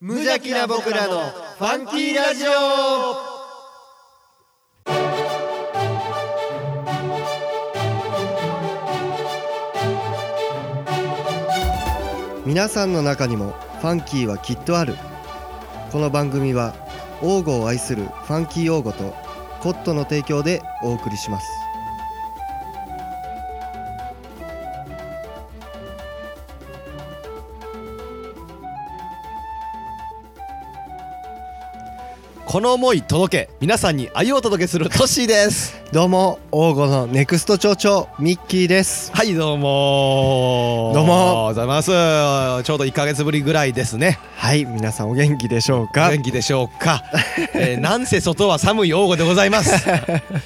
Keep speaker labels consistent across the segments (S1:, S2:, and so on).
S1: 無邪気な僕らのファンキーラジオ皆さんの中にもファンキーはきっとあるこの番組は王語を愛するファンキー王語とコットの提供でお送りします
S2: この思い届け皆さんに愛をお届けするトッシーです
S1: どうも王語のネクスト町長ミッキーです
S2: はいどうも
S1: どうも
S2: おはようございますちょうど1ヶ月ぶりぐらいですね
S1: はい皆さんお元気でしょうか
S2: 元気でしょうか、えー、なんせ外は寒い王吾でございますまあ
S1: いやずっとね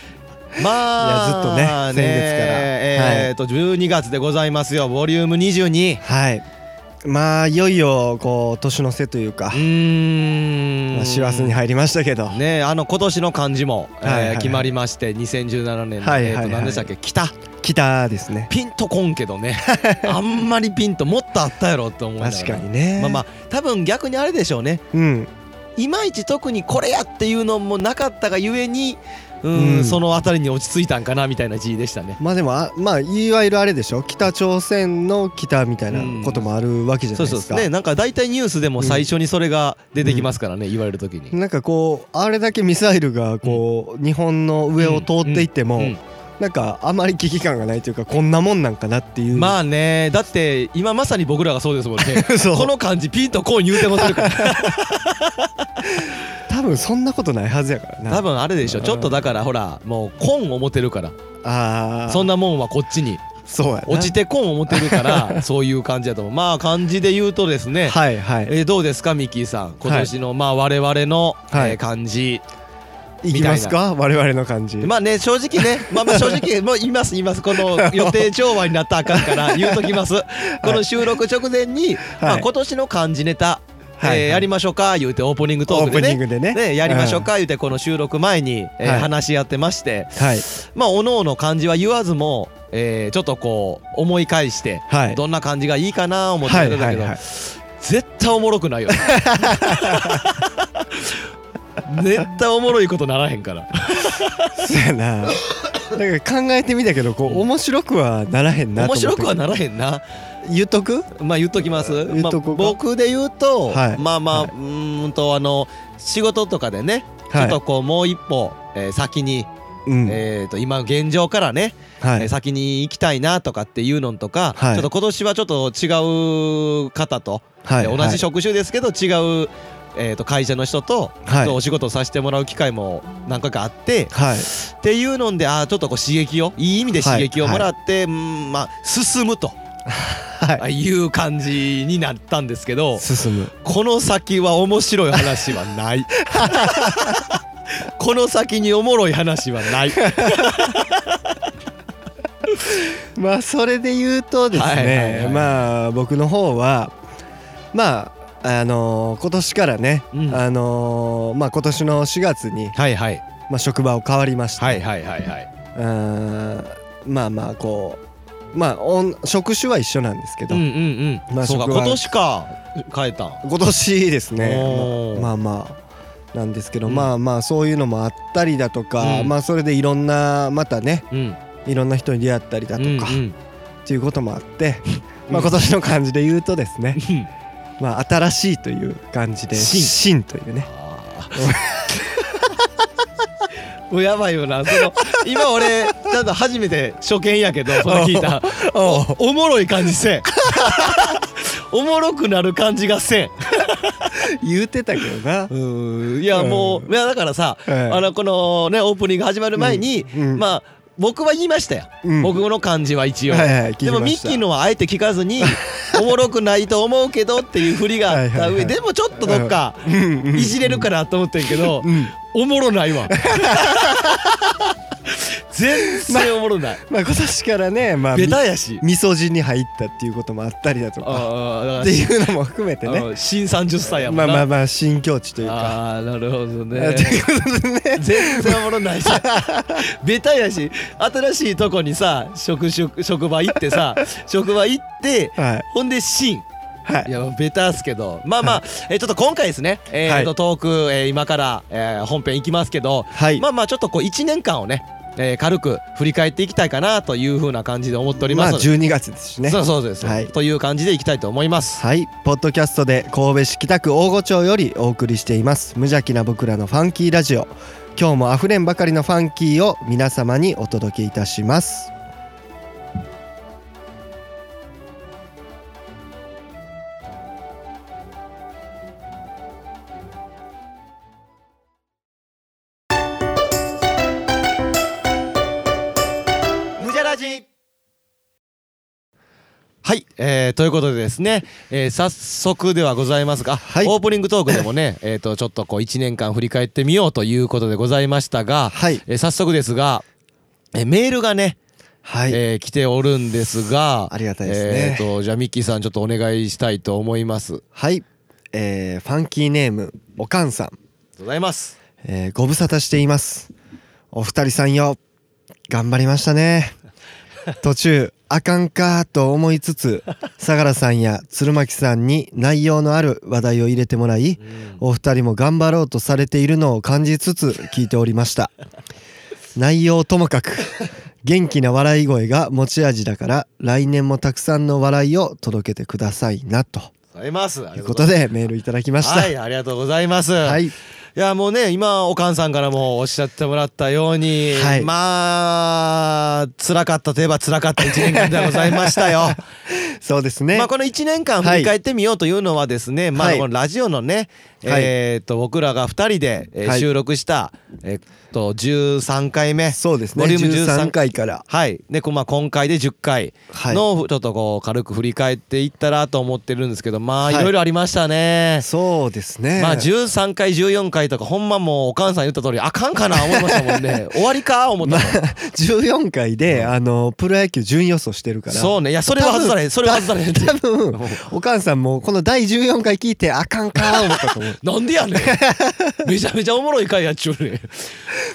S1: 先月から
S2: えーと12月でございますよボリューム22
S1: はいまあいよいよこう年の瀬というか
S2: う、ーん
S1: まあ、師走に入りましたけど
S2: ねあの今年の漢字も、えー
S1: はいはいはい
S2: 決まりまして2017年の、
S1: はいはいはい
S2: えーと何でしたっけ北
S1: 北ですね
S2: ピンとこんけ どねあんまりピンともっとあったやろって思いながら
S1: 確かにね
S2: まあまあ多分逆にあれでしょうね
S1: うん
S2: いまいち特にこれやっていうのもなかったがゆえにうん、
S1: うん
S2: その辺りに落ち着いたんかなみたいな字でしたね
S1: まあでもあまあいわゆるあれでしょ北朝鮮の北みたいなこともあるわけじゃな
S2: そ
S1: いうです
S2: そ
S1: か、
S2: うですねなんか大体ニュースでも最初にそれが出てきますからね、言われる時に、
S1: なんかこうあれだけミサイルがこう、日本の上を通っていっても、
S2: うん
S1: なんかあまり危機感がないというかこんなもんなんかなっていう
S2: まあねだって今まさに僕らがそうですもんね
S1: そう
S2: この感じピンとこう言うてもするから
S1: 多分そんなことないはずやからな
S2: 多分あれでしょちょっとだからほらもう根を持てるから
S1: ああ
S2: そんなもんはこっちに
S1: そうやな
S2: 落ちてこん思ってるか らそういう感じだと思うまあ漢字で言うとですね、
S1: はいはい
S2: えーどうですかミッキーさん今年の、まあ我々の、
S1: はい
S2: えー漢字
S1: いきますか我々の感じ、
S2: まあね正直ねまあまあ正直もう言います言いますこの予定調和になったらあかん から言うときますこの収録直前に、まあ、今年の漢字ネタ、
S1: はい
S2: えー
S1: はい
S2: やりましょうか言うてオープニングトークで
S1: オープニン
S2: ね
S1: グでね
S2: ねやりましょうか言うてこの収録前に、えー
S1: はい
S2: 話し合ってまして
S1: うんはい
S2: まあおのおの漢字は言わずも、えーちょっとこう思い返して
S1: はい
S2: どんな感じがいいかな思って
S1: は
S2: たん
S1: い
S2: だ
S1: は
S2: け
S1: い
S2: ど、
S1: はい
S2: 絶対おもろくないよ 絶対おもろいことならへんから
S1: そうやななんか考えてみたけどこう面白くはならへんなと思っ
S2: 面
S1: て
S2: 白くはならへんな
S1: 言っとく
S2: まあ言っときます
S1: 言っとこうか
S2: まあ、僕で言うと、
S1: はい
S2: まあまあ、
S1: はいう
S2: ーんとあの仕事とかでね、
S1: はい
S2: ちょっとこうもう一歩、えー先に、
S1: うん
S2: えー、と今現状からね、
S1: は
S2: えー
S1: い
S2: 先に行きたいなとかっていうのとか、
S1: はい
S2: ちょっと今年はちょっと違う方と、
S1: はい
S2: えー同じ職種ですけど違う、えー、と会社の人とちょ
S1: は
S2: っ
S1: い
S2: とお仕事をさせてもらう機会も何回かあって、
S1: はい
S2: っていうのであーちょっとこう刺激をいい意味で刺激を
S1: はい
S2: もらって、うんまあ進むと
S1: は
S2: いう感じになったんですけど
S1: い進む
S2: この先は面白い話はない この先におもろい話はない
S1: まあそれで言うとです
S2: はいはいは
S1: ね
S2: い
S1: まあ僕の方はまああのー今年からね
S2: うん
S1: あのーまあ今年の4月に
S2: はいはい
S1: まあ職場を変わりまして
S2: はいはいはいはい、
S1: うーんまあまあこうまあおん職種は一緒なんですけ
S2: う
S1: ど
S2: んうんうん、
S1: まあ
S2: そうか
S1: そこは
S2: 今年か変えたん
S1: 今年です
S2: お
S1: ね
S2: ー
S1: まあまあなんですけど、
S2: うん
S1: まあまあそういうのもあったりだとか、
S2: うん
S1: まあそれでいろんなまたね
S2: うん
S1: いろんな人に出会ったりだとか、
S2: うんう
S1: っ
S2: ん
S1: ていうこともあって、
S2: うん
S1: まあ今年の感じで言うとですね、
S2: うん
S1: まあ新しいという感じで
S2: 新
S1: 新というね
S2: あー もうやばいよなその今俺ちゃんと初めて初見やけどそれ聞いたおもろい感じ せんおもろくなる感じがせん
S1: 言うてたけどな
S2: う、ーんいやもう、
S1: う
S2: いやだからさ、
S1: ええ
S2: あのこのねオープニング始まる前に、
S1: うんうん
S2: まあ僕は言いましたよ、
S1: うん
S2: 僕の漢字は一応、
S1: はいはい聞きました
S2: でもミッキーのはあえて聞かず におもろくないと思うけどっていう振りがあった上
S1: はいはいはい
S2: でもちょっとどっか
S1: うんうんうん
S2: いじれるかなと思ってんけど、
S1: うん
S2: おもろな いわ全然おもろない、
S1: まあ今年からねまあみ
S2: ベタやし
S1: みそ汁に入ったっていうこともあったりだとか
S2: あーだから
S1: っていうのも含めてね
S2: あの新30歳やもん
S1: ま
S2: な
S1: あまあまあ新境地というか
S2: ああなるほど
S1: あ
S2: ね
S1: ということでね
S2: 全然おもろないし ベタやし新しい とこにさ職種職場行ってさ職場行って
S1: はい
S2: ほんで「新」はいいやベターっすけどまあまあ、えーちょっと今回ですね、えー
S1: はい
S2: えーとトーク、えー今から、えー本編いきますけど、
S1: はい、
S2: まあまあちょっとこう1年間をね、えー軽く振り返っていきたいかなというふうな感じで思っております
S1: まあ
S2: ので、
S1: 12月ですしね
S2: そうそうです、
S1: はい
S2: という感じでいきたいと思います
S1: はいポッドキャストで神戸市北区大御町よりお送りしています無邪気な僕らのファンキーラジオ今日もあふれんばかりのファンキーを皆様にお届けいたします
S2: 無邪ラジはい、えー、ということでですね、えー、早速ではございますが、
S1: はい
S2: オープニングトークでもね えーとちょっとこう1年間振り返ってみようということでございましたが、
S1: はい
S2: えー早速ですが、えーメールがね、
S1: はい、
S2: えー来ておるんですが
S1: ありがたいですね
S2: えーとじゃあミッキーさんちょっとお願いしたいと思います。ありがと
S1: はい、えー、ファンキーネームおかんさん、
S2: うございます
S1: えー、ご無沙汰していますお二人さんよ頑張りましたね途中あかんかと思いつつ相良さんや鶴巻さんに内容のある話題を入れてもらいお二人も頑張ろうとされているのを感じつつ聞いておりました内容ともかく元気な笑い声が持ち味だから来年もたくさんの笑いを届けてくださいなと
S2: ございます。あ
S1: とい
S2: り
S1: う
S2: が
S1: ことでメールいただきま
S2: ま
S1: し
S2: す
S1: た
S2: はい、ありがとうございます。、
S1: はいい、
S2: や、もうね、今、おかんさんからもおっしゃってもらったように、
S1: はい
S2: まあ、辛かったといえば辛かった1年間でございましたよ。
S1: そうです ね。
S2: まあこの1年間振り返ってみようというのはですね、まあ
S1: はい
S2: このラジオのね、
S1: はい
S2: えー、と僕らが2人で、えー
S1: はい
S2: 収録した、えーっと13回目
S1: そうですね。
S2: ボリューム
S1: 13
S2: 13
S1: 回から。
S2: はいでこうまあ今回で10回
S1: はい
S2: のちょっとこう軽く振り返っていったらと思ってるんですけどまあ
S1: はい
S2: いろいろありましたね。
S1: そうですね。
S2: まあ13回14回とかほんまもうおかんさん言った通りあかんかな思いましたもん ね終わりか思ったもん
S1: 14回で、あのプロ野球順位予想してるから。
S2: そうねいやそれは外されへんそれは外されへんって
S1: 多分お母さんもこの第14回聞いてあかんか思ったと 思う
S2: なんでやねん めちゃめちゃおもろい回やっちゅうねん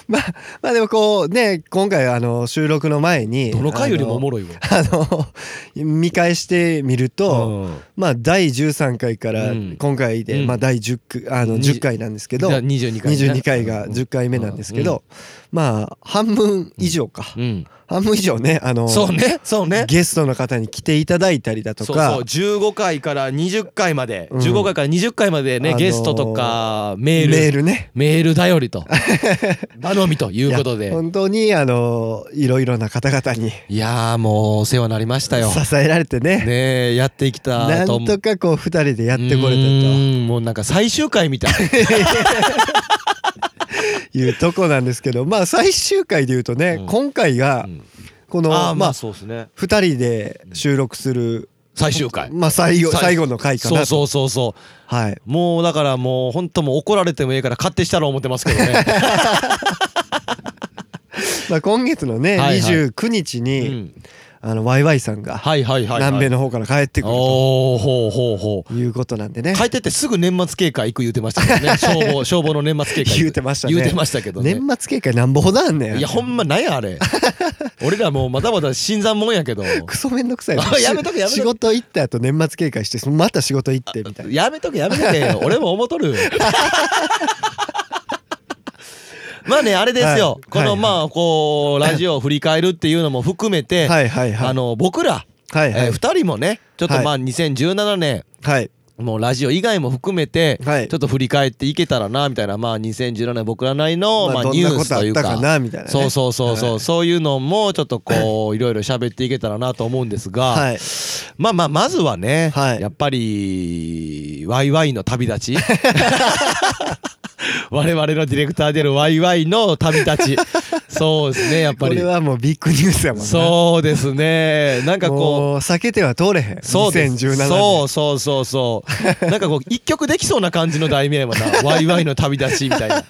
S1: まあまあでもこうね今回あの収録の前に
S2: どの回よりもおも
S1: ろ
S2: ろいわ
S1: あの見返してみると、
S2: うん
S1: まあ第13回から
S2: うん
S1: 今回で、
S2: うん
S1: まあ第 10, 回あの
S2: に
S1: 10回なんですけど
S2: じゃあ22回ね
S1: 22回が10回目なんですけど、まあ半分以上か、
S2: うん
S1: 半分以上ねあの
S2: そうねそうね
S1: ゲストの方に来ていただいたりだと
S2: そ
S1: か
S2: うそう15回から20回まで
S1: うん
S2: 15回から20回まで
S1: あ
S2: ね
S1: のー
S2: ゲストとかメー
S1: メー
S2: ル
S1: ルね
S2: メール頼り と頼みということ
S1: い
S2: で
S1: や本当にあのいろいろな方々に
S2: いやーもうお世話になりましたよ
S1: 支えられてね
S2: ねえやってき
S1: な
S2: たと
S1: ん
S2: 思う
S1: とかこう二人でやってこ
S2: う
S1: れ
S2: ーんもうなんか最終回みたい
S1: たと いうとこなんですけどまあ最終回で言うとね、
S2: うん
S1: 今回が
S2: うん
S1: この、
S2: ああま
S1: ま
S2: あ
S1: あ
S2: そうですね
S1: 二人で収録する、
S2: 最終 回
S1: まあ最後
S2: 最
S1: 最後の回かな
S2: そ
S1: と
S2: うそうそうそう
S1: はい
S2: もうだからもう本当もう怒られてもいいから勝手したら思ってますけど ね
S1: まあ、今月のね、
S2: はいはい
S1: 29日
S2: う
S1: に、
S2: ん
S1: あのワイワイさんが、
S2: はいはいはいはい
S1: 南米の方から帰ってくると
S2: おおほうほうほう
S1: いうことなんでね
S2: 帰ってってすぐ年末警戒行く言うてましたけ どね消防消防の年末警戒
S1: 言うてましたね
S2: 言うてましたけどね
S1: 年末警戒なんぼほどあんねん
S2: いやほんまなんや あれ俺らもうまだまだ新参もんやけど
S1: クソめんどくさいな
S2: やめとけやめとけ
S1: 仕事行った後年末警戒してまた仕事行ってみたいな
S2: やめとけやめとけ俺も思う とるまあねあれですよ、
S1: はい
S2: この、
S1: はい
S2: まあこうラジオを振り返るっていうのも含めて、
S1: はいはいはい
S2: あの僕ら、
S1: はいは
S2: え
S1: い
S2: ー、2人もねちょっとま
S1: は
S2: あ2017年、
S1: はい
S2: もうラジオ以外も含めて、
S1: はい
S2: ちょっと振り返っていけたらなみたいなまあ2017年僕らなりの、
S1: ま
S2: ま
S1: あ
S2: あ、
S1: どん
S2: ニュ
S1: な
S2: ー
S1: こ
S2: ス
S1: とあ
S2: とい
S1: っ
S2: う
S1: た
S2: か
S1: かなみたいなね
S2: そうそうそうそう、
S1: はい
S2: そういうのもちょっとこういろいろ喋っていけたらなと思うんですが、
S1: はい
S2: まあまあまずはね、
S1: はい
S2: やっぱりワイワイの 旅立ち 我々のディレクターであるワイワイの旅立ちそうですねやっ
S1: こ
S2: ぱり
S1: れはもうビッグニュースやもんな
S2: そうですねなんかこう
S1: もう避けては通れへん
S2: そうです
S1: 2017年
S2: そうそうそうそうなんかこう一曲できそうな感じの題名 もな「ワイワイの旅立ち」みたいな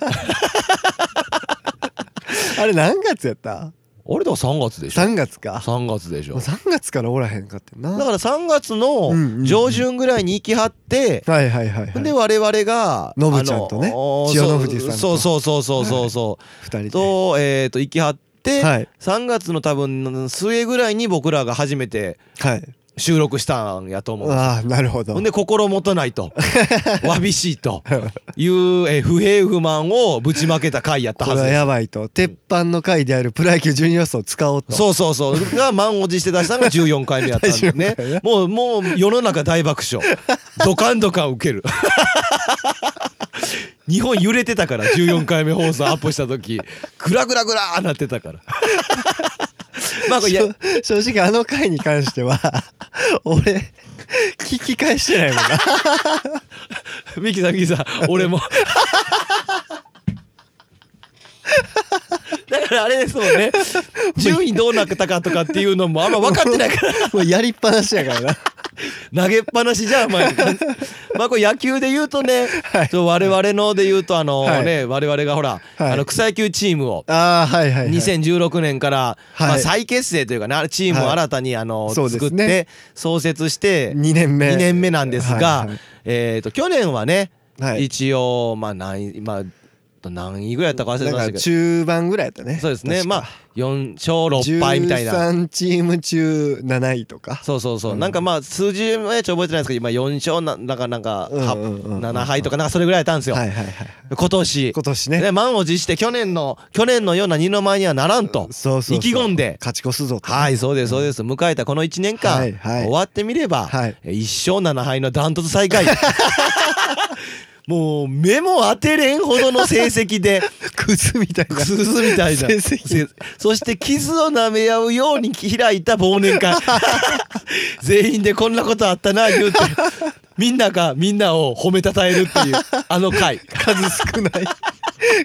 S1: あれ何月やった
S2: 俺とは3月でしょ
S1: 3月か
S2: 3月でし
S1: も
S2: ょ
S1: う3月からおらへんかってんな
S2: だから3月
S1: うんうんうん
S2: の上旬ぐらいに行きはって、
S1: はいはいはいはい
S2: で我々が
S1: ノブちゃんとね
S2: あの
S1: 千代の富士さんと
S2: そうそうそうそうそうそ
S1: 2人で
S2: うとえっと行きはって
S1: はい
S2: 3月の多分末ぐらいに僕らが初めて
S1: はい
S2: 収録したんやと思う
S1: ああなるほど
S2: ほんで心もとな いとわびしいという、えー不平不満をぶちまけた回やった
S1: こ
S2: は
S1: れ
S2: ず
S1: は
S2: です
S1: やばいと鉄板の回であるプロ野球12予想を使おうと
S2: そうそうそうが満を持して出したのが14回目やったんでね
S1: 14回ね
S2: もうもう世の中大爆笑ドカンドカン受ける 日本揺れてたから14回目放送アップした時グラグラグラーなってたから まあこれや
S1: 正 正直あの回に関しては 俺聞き返してないもんな
S2: ミキさんミキさん俺もだからあれですもんね順位どうなったかとかっていうのもあんま分かってないから
S1: もうやりっぱなしやからな
S2: 投げっぱなしじゃんまあ まあこれ野球で言うとね、
S1: はい
S2: そう我々ので言うとあの
S1: はい
S2: ね、我々がほら、
S1: はい
S2: あの草野球チームを
S1: ああはいはい、はい、
S2: 2016年から、
S1: はい
S2: まあ、再結成というかねチームを新たにあの、
S1: そうです
S2: 作
S1: ね
S2: って創設して
S1: 2年目
S2: 2年目なんですが、
S1: はいはい
S2: えー、と去年はね、
S1: はい
S2: 一応まあ何,、まあ、何位ぐらいやったか忘れてま
S1: なんか
S2: したけど
S1: 中盤ぐらいやったね
S2: そうですね
S1: 確か
S2: まあ4勝6敗みたいな。
S1: 13チーム中7位とか
S2: そうそうそう、
S1: うん
S2: なんかまあ数字はちょっと覚えてないですけど今4勝ななんかなんか
S1: うんうん
S2: は
S1: うんうん
S2: 7敗とかなんかそれぐらいやったんですよ、
S1: はいはいはい
S2: 今年
S1: 今年ね
S2: ね満を持して去年の去年のような二の舞にはならん
S1: そ
S2: と
S1: うそうそう
S2: 意気込んで
S1: 勝ち越すぞと
S2: はいそうですそうです迎えたこの1年間、
S1: はいはい
S2: 終わってみれば、
S1: はい
S2: え1勝7敗のダントツ最下位 もう目も当てれんほどの成績で
S1: クズみたいな
S2: クズみたいな
S1: 成績
S2: せそして傷を舐め合うように開いた忘年会 全員でこんなことあったな言うてみんながみんなを褒めたたえるっていうあの回
S1: 数少ない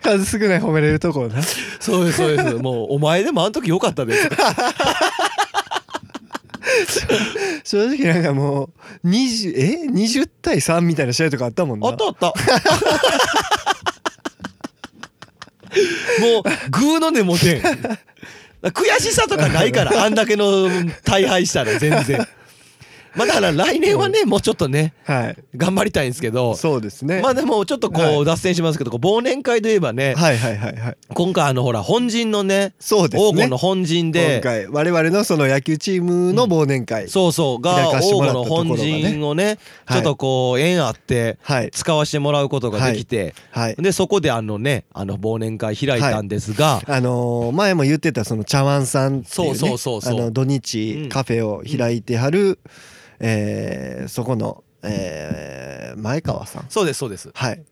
S1: 数少ない褒めれるところな
S2: そうですそうですもうお前でもあの時よかったです
S1: 正直なんかもう20え20対3みたいな試合とかあったもんな
S2: あったあったもうグーの根もてん悔しさとかないからあんだけの大敗したら全然まあだから来年はねもうちょっとね
S1: はい
S2: 頑張りたいんですけど
S1: そうですね
S2: まあでもちょっと
S1: は
S2: こう
S1: い
S2: 脱線しますけどこう忘年会といえばね
S1: はいはいはいはい
S2: 今回あのほら本陣のね
S1: そうですね
S2: 王金の本陣で
S1: 今回我々のその野球チームの忘年会、
S2: そうそう
S1: 開
S2: が
S1: かして
S2: 王
S1: もらった
S2: 金の
S1: ところがね
S2: 本陣をね
S1: はい
S2: ちょっとこう縁あって
S1: はい
S2: 使わせてもらうことができて、
S1: はい
S2: でそこであのねあの忘年会開いたんですが、
S1: あのー前も言ってたその茶碗さんっていう、ね、
S2: そうそうそうそう
S1: あの土
S2: う
S1: 日
S2: ん
S1: カフェを開いてはる、えーそこの、えー前川さん
S2: そうですそうです
S1: はい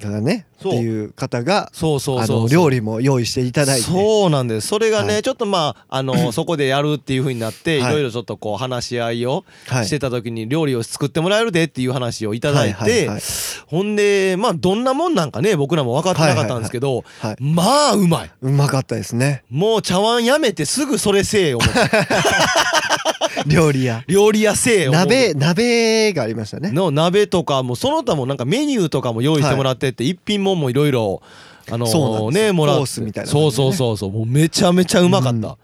S1: がねって
S2: そう
S1: いう方が
S2: そうそう
S1: あ
S2: そう
S1: の料理も用意していただいて
S2: そうなんですそれがね、
S1: はい
S2: ちょっとまあ あのそこでやるっていうふうになって、
S1: はい
S2: い、ろいろちょっとこう話し合いを
S1: はい
S2: してた時に料理を作ってもらえるでっていう話をいただいて、
S1: はいはいはい
S2: ほんでまあどんなもんなんかね僕らも分かってなかったんですけど、
S1: はい
S2: まあうまいう
S1: まかったですね
S2: もう茶碗やめてすぐそれせえ思って
S1: 料理屋
S2: 料理屋せえ思って
S1: 鍋鍋がありましたね
S2: の鍋とかもその他もなんかメニューとかも用意してもらってって、一品もんもいろいろあの
S1: そうなんです
S2: ね
S1: よ
S2: もらって
S1: コースみたいなのね
S2: そうそうそうそうもうめちゃめちゃうまかった、だ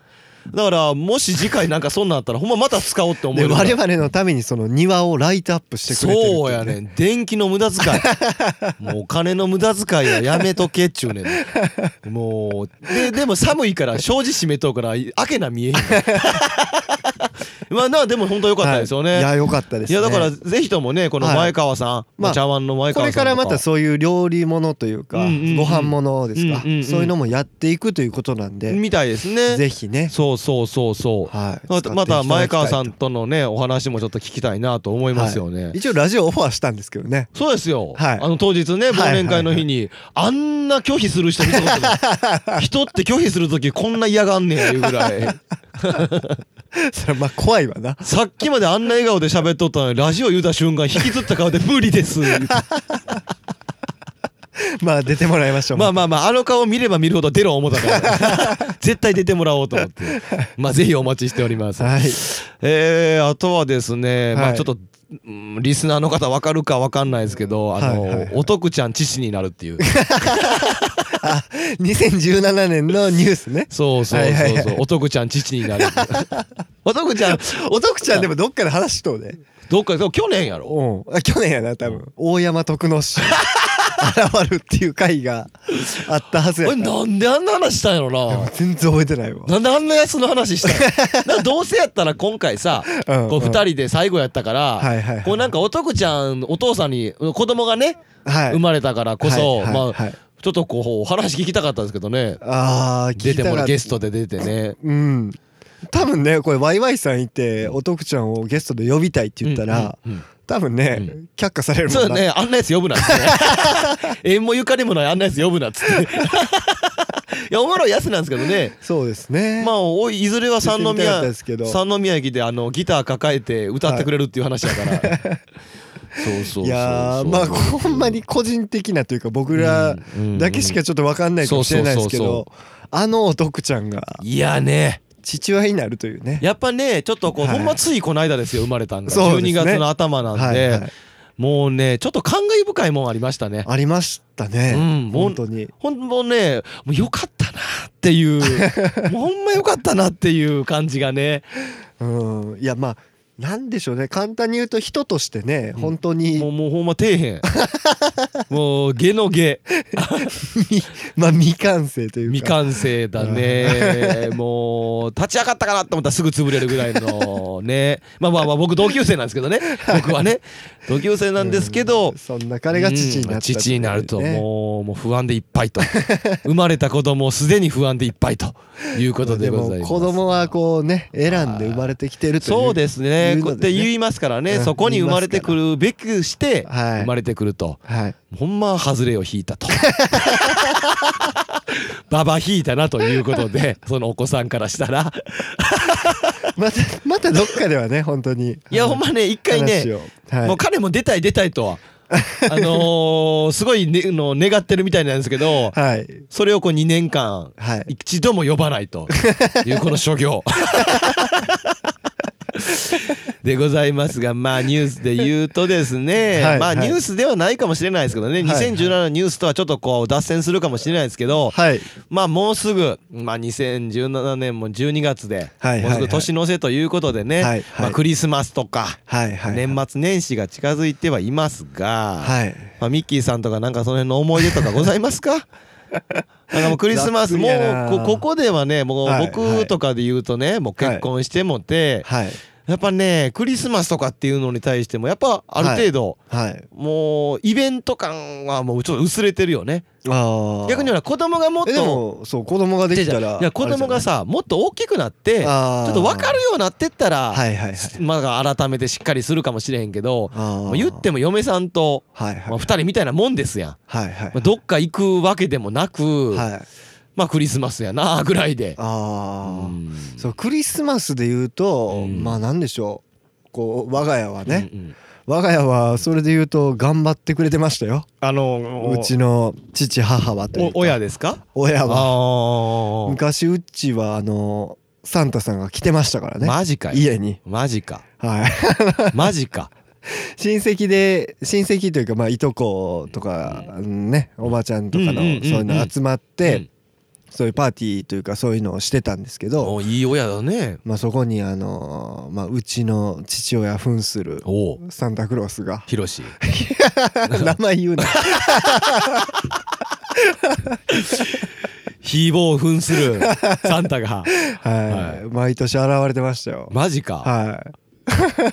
S2: からもし次回なんかそんなんあったらほんままた使おうって思
S1: で
S2: えるぐらい
S1: 我々のためにその庭をライトアップしてくれてるってい
S2: そうやねん電気の無駄遣い もうお金の無駄遣いはやめとけっちゅうねんもうででも寒いから障子閉めとくから開けな見えへん まあなでも本当良かったですよ
S1: は
S2: ね、
S1: いいいや良かったですね
S2: やだからぜひともねこの前川さん、
S1: まあ
S2: 茶碗の前
S1: こ
S2: 川さ
S1: れ
S2: んと
S1: か
S2: か
S1: らまたそういう料理ものというか、
S2: うんうんうん
S1: ご飯ものですか、
S2: うんうんうん
S1: そういうのもやっていくということなんで、
S2: みたいですね。
S1: ぜひね、
S2: そうそうそうそう。
S1: はい
S2: またまた前川さ
S1: 使
S2: ん
S1: っていただきたい
S2: とのねお話もちょっと聞きたいなと思いますよね。
S1: はい一応ラジオオファーしたんですけどね
S2: そうですよ、
S1: はい
S2: あの当日ね忘年会の日にあんな拒否する人見たこと ない人って拒否する時こんな嫌がんねんいうぐらい
S1: それはまあ怖いわな
S2: さっきまであんな笑顔で喋っとったのにラジオ言うた瞬間引きずった顔で「無理です」
S1: まあ出てもらいましょう
S2: まあまあまああの顔見れば見るほど出ろ思ったから 絶対出てもらおうと思ってまあぜひお待ちしております。
S1: はい
S2: えーあとはですね、ま
S1: は
S2: あ
S1: い
S2: ちょっと、うんリスナーの方分かるか分かんないですけど、あの、
S1: はいはいはい
S2: おとくちゃん父になるっていう。
S1: 2017年のニュースね
S2: そうそうそうそう、
S1: はいはいはい
S2: おとくちゃん父になる。 おとくちゃん、
S1: おとくちゃんでもどっかで話しとうね
S2: どっか、去年やろ。
S1: うんあ去年やな多分大山徳之氏現るっていう回があったはずや
S2: 俺
S1: から
S2: なんであんな話したんやろ
S1: でも
S2: な
S1: 全然覚えてないわ
S2: なんであんなやつの話したんや なんかどうせやったら今回さ
S1: うんうん
S2: こう2人で最後やったか
S1: は
S2: ら
S1: いはいはい
S2: こうなんかおとくちゃんお父さんに子供がね
S1: はい
S2: 生まれたからこそ
S1: はいはい
S2: まあ
S1: はい
S2: ちょっとこうお話聞きたかったんですけどね
S1: あー聞
S2: 出
S1: いた
S2: て
S1: ら
S2: もらうゲストで出てね
S1: うん多分ねこれワイワイさんいてお徳ちゃんをゲストで呼びたいって言ったら、
S2: うんうんうん
S1: 多分ね、
S2: う
S1: 却下されるも
S2: そ
S1: ん
S2: うねあんなやつ呼ぶなっつって 縁もゆかりもないあんなやつ呼ぶなっつっていやおもろいやつなんですけどね
S1: そうですね
S2: まあおいいずれは三
S1: 言ってみたかっ
S2: 宮
S1: たですけど
S2: 三宮駅であのギター抱えて歌ってくれるっていう話やから、そうそうそうそう
S1: いやーまあほんまに個人的なというか僕らだけしかちょっと分かんないかもしれないですけ
S2: そうそう
S1: どあのお徳ちゃんが
S2: いやね
S1: 父親になるというね
S2: やっぱねちょっとこう、
S1: はい
S2: ほんまついこの間ですよ生まれたんが、
S1: そうで
S2: 12
S1: すね
S2: 月の頭なんで、
S1: はいはい
S2: もうねちょっと感慨深いもんありましたね
S1: ありましたね、
S2: うんもう
S1: 本当に
S2: ほんもうねもうよかったなっていう もうほんまよかったなっていう感じがね
S1: うんいやまあなんでしょうね簡単に言うと人としてね、
S2: うん
S1: 本当
S2: もう
S1: に
S2: もうほんま底辺もう下の下
S1: み まあ未完成というか
S2: 未完成だねもう立ち上がったかなと思ったらすぐ潰れるぐらいのねまあまあまあ僕同級生なんですけどね僕はね同級生なんですけど、
S1: うんそんな彼が父に
S2: う
S1: なったっ
S2: ん
S1: ていうね、
S2: 父になるともうもう不安でいっぱいと生まれた子供をすでに不安でいっぱいということでございま
S1: も
S2: す
S1: 子供はこうね選んで生まれてきてるという
S2: そうですね
S1: いう
S2: こ
S1: の
S2: うって言いますからね、
S1: うん
S2: そこに生まれてくるべくして
S1: はい
S2: 生まれてくると、
S1: はい
S2: ほんま外れを引いたと ババ引いたなということでそのお子さんからしたら
S1: またまたどっかではね本当に
S2: いやほんまね一回ね
S1: 話をはい
S2: もう彼も出たい出たいとはあのーすごい、ね、の願ってるみたいなんですけど
S1: はい
S2: それをこう2年間
S1: はい
S2: 一度も呼ばな いというこの所業でございますがまあニュースで言うとですね、
S1: はい
S2: ま
S1: は
S2: あニ
S1: い
S2: ュースではないかもしれないですけどね、
S1: はいはい
S2: 2017のニュースとはちょっとこう脱線するかもしれないですけど、
S1: はい
S2: まあもうすぐ、まあ、2017年も12月で、
S1: はいはいはい
S2: もうすぐ年の瀬ということでね、
S1: はいはい
S2: まあ、クリスマスとか、
S1: はいはい
S2: 年末年始が近づいてはいますが、
S1: はい
S2: まあ、ミッキーさんとかなんかその辺の思い出とかございま すかなんかもうクリスマス
S1: ざっくり
S2: も
S1: やな
S2: うこここではねもう
S1: はいは
S2: 僕
S1: い
S2: とかで言うとねもう結婚してもて、
S1: はい
S2: やっぱねクリスマスとかっていうのに対してもやっぱある程度、
S1: はい
S2: もうイベント感はもうちょっと薄れてるよね
S1: ああ
S2: 逆にほら子供がもっ
S1: えで
S2: と
S1: もそう子供ができたら
S2: いや子供がさもっと大きくなってち
S1: あー
S2: ょっと分かるようになってったら、
S1: あれじゃないはいはいはい
S2: まあ改めてしっかりするかもしれへんけど
S1: あー
S2: まあ言っても嫁さんと、
S1: はいはい
S2: まあ、2人みたいなもんですやん、
S1: はいはい
S2: まあ、どっか行くわけでもなく、
S1: はい
S2: まあクリスマスやなぐらいで。
S1: ああ
S2: うん
S1: そうクリスマスで言うと、
S2: うん
S1: まあなんでしょうこう我が家はね、
S2: うんうん
S1: 我が家はそれで言うと頑張ってくれてましたよ
S2: あの
S1: うちの父母はというか
S2: お親ですか
S1: 親は
S2: ああ
S1: 昔うちはあのサンタさんが来てましたからね、
S2: マジかよ
S1: 家に
S2: マジか
S1: はい
S2: マジ か
S1: 親戚で親戚というかまあいとことかねおばちゃんとかの
S2: うん
S1: そう
S2: うんうんうん
S1: いうの集まっ
S2: うん
S1: てそういうパーティーというかそういうのをしてたんですけど
S2: おいい親だね
S1: まあそこにあのまあうちの父親扮する
S2: おお
S1: サンタクロースが
S2: ヒロシ
S1: 名前言うな
S2: 非暴扮す るサンタが
S1: はい毎年現れてましたよ
S2: マジか
S1: はい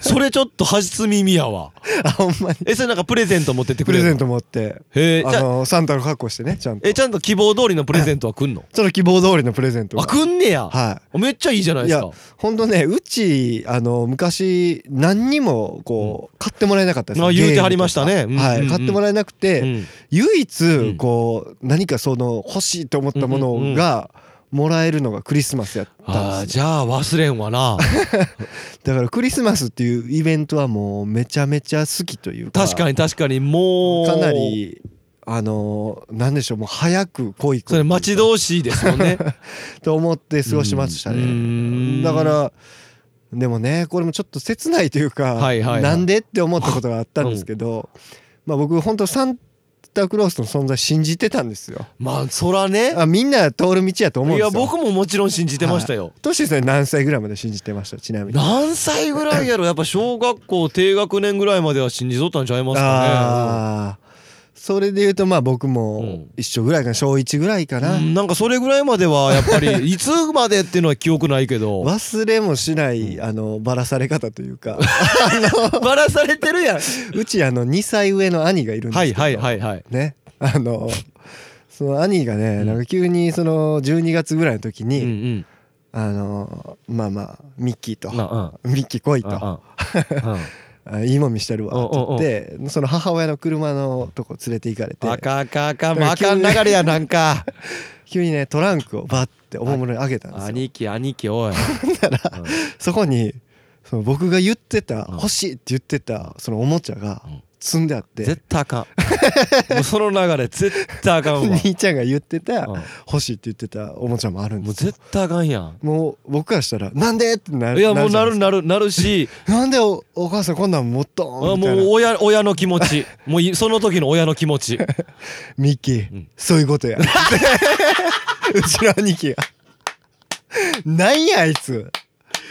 S2: それちょっと初耳やわ
S1: あほんまに
S2: えそれなんかプレゼント持ってってく
S1: プ
S2: れ
S1: レゼ
S2: るの
S1: ント持って
S2: へえじ
S1: あ
S2: ゃあ
S1: のサンタの格好してねちゃんと
S2: えちゃんと希望通りのプレゼントはくんの
S1: その希望通りのプレゼントが
S2: あくんねや
S1: は
S2: めっちゃいいじゃない
S1: いい
S2: です
S1: や
S2: か
S1: ほんとねうちあの昔何にもこう買ってもらえなかったです
S2: あ
S1: ゲーム
S2: 言うて
S1: とか
S2: はりましたねうん
S1: は
S2: うんう
S1: い
S2: ん
S1: 買ってもらえなく
S2: う
S1: て
S2: ん
S1: 唯
S2: うん
S1: 一こう何かその欲しいと思ったも
S2: うんうんう
S1: の
S2: ん
S1: がもらえるのがクリスマスやった
S2: あ
S1: ん
S2: ー
S1: です
S2: じゃあ忘れんわ な
S1: だからクリスマスっていうイベントはもうめちゃめちゃ好きというか
S2: 確かに確かにもう
S1: かなりあのなんでしょうもう早く来い
S2: それ待ち遠しいですもん ね
S1: と思って過ごしました
S2: う
S1: ね
S2: ん
S1: だからでもねこれもちょっと切ないというか、
S2: はいはいはい
S1: なんでって思ったことがあったんですけど、まあ僕本当サンタクロースの存在信じてたんですよ
S2: まあそらね
S1: あみんな通る道やと思うん
S2: い
S1: ですよ
S2: や僕ももちろん信じてましたよ
S1: トシさん何歳ぐらいまで信じてましたちなみに
S2: 何歳ぐらい やろやっぱ小学校低学年ぐらいまでは信じとったんちゃいますかね
S1: あーそれで言うとまあ僕
S2: う
S1: も
S2: ん
S1: 一緒ぐらいかな小1ぐらいかな、
S2: うんなんかそれぐらいまではやっぱ りいつまでっていうのは記憶ないけど
S1: 忘れもしないあのバラされ方というか
S2: バラされてるやん
S1: うちあの2歳上の兄がいるんです
S2: は
S1: け
S2: い
S1: ど、
S2: はいはいはい
S1: ねあのその兄がねなんか急にその12月ぐらいの時
S2: うんう
S1: に、
S2: ん
S1: あのまあまあミッキーと
S2: うんうん
S1: ミッキー来い
S2: う
S1: と
S2: んうん
S1: あ
S2: う
S1: いいもん見してるわ
S2: うんうんうん
S1: って言ってその母親の車のとこ連れて行かれて
S2: んあかんあかんあか んもうあかん流れやなんか
S1: 急にねトランクをバッておもむろに上げたんですよ
S2: 兄貴兄貴おいうん
S1: そこにその僕が言ってた
S2: うん
S1: 欲しいって言ってたそのおもちゃが
S2: うん
S1: 積んであって
S2: 絶対あかんもうその流れ絶対あかんわ、 うん
S1: 兄ちゃんが言ってた
S2: も
S1: 欲しいって言ってたおもちゃもあるん
S2: う
S1: ですよ
S2: 絶対あかんやん
S1: もう僕からしたら「なんで?」ってなる
S2: いやもうなる
S1: じゃいですか
S2: なるなるし
S1: なんでおお母さんこんなん持っ
S2: あ
S1: とん みた
S2: も
S1: いうな
S2: 親親の気持ちもういその時の親の気 持ち
S1: ミッキー、
S2: うん
S1: そういう ことやうちの兄貴がなんやあいつ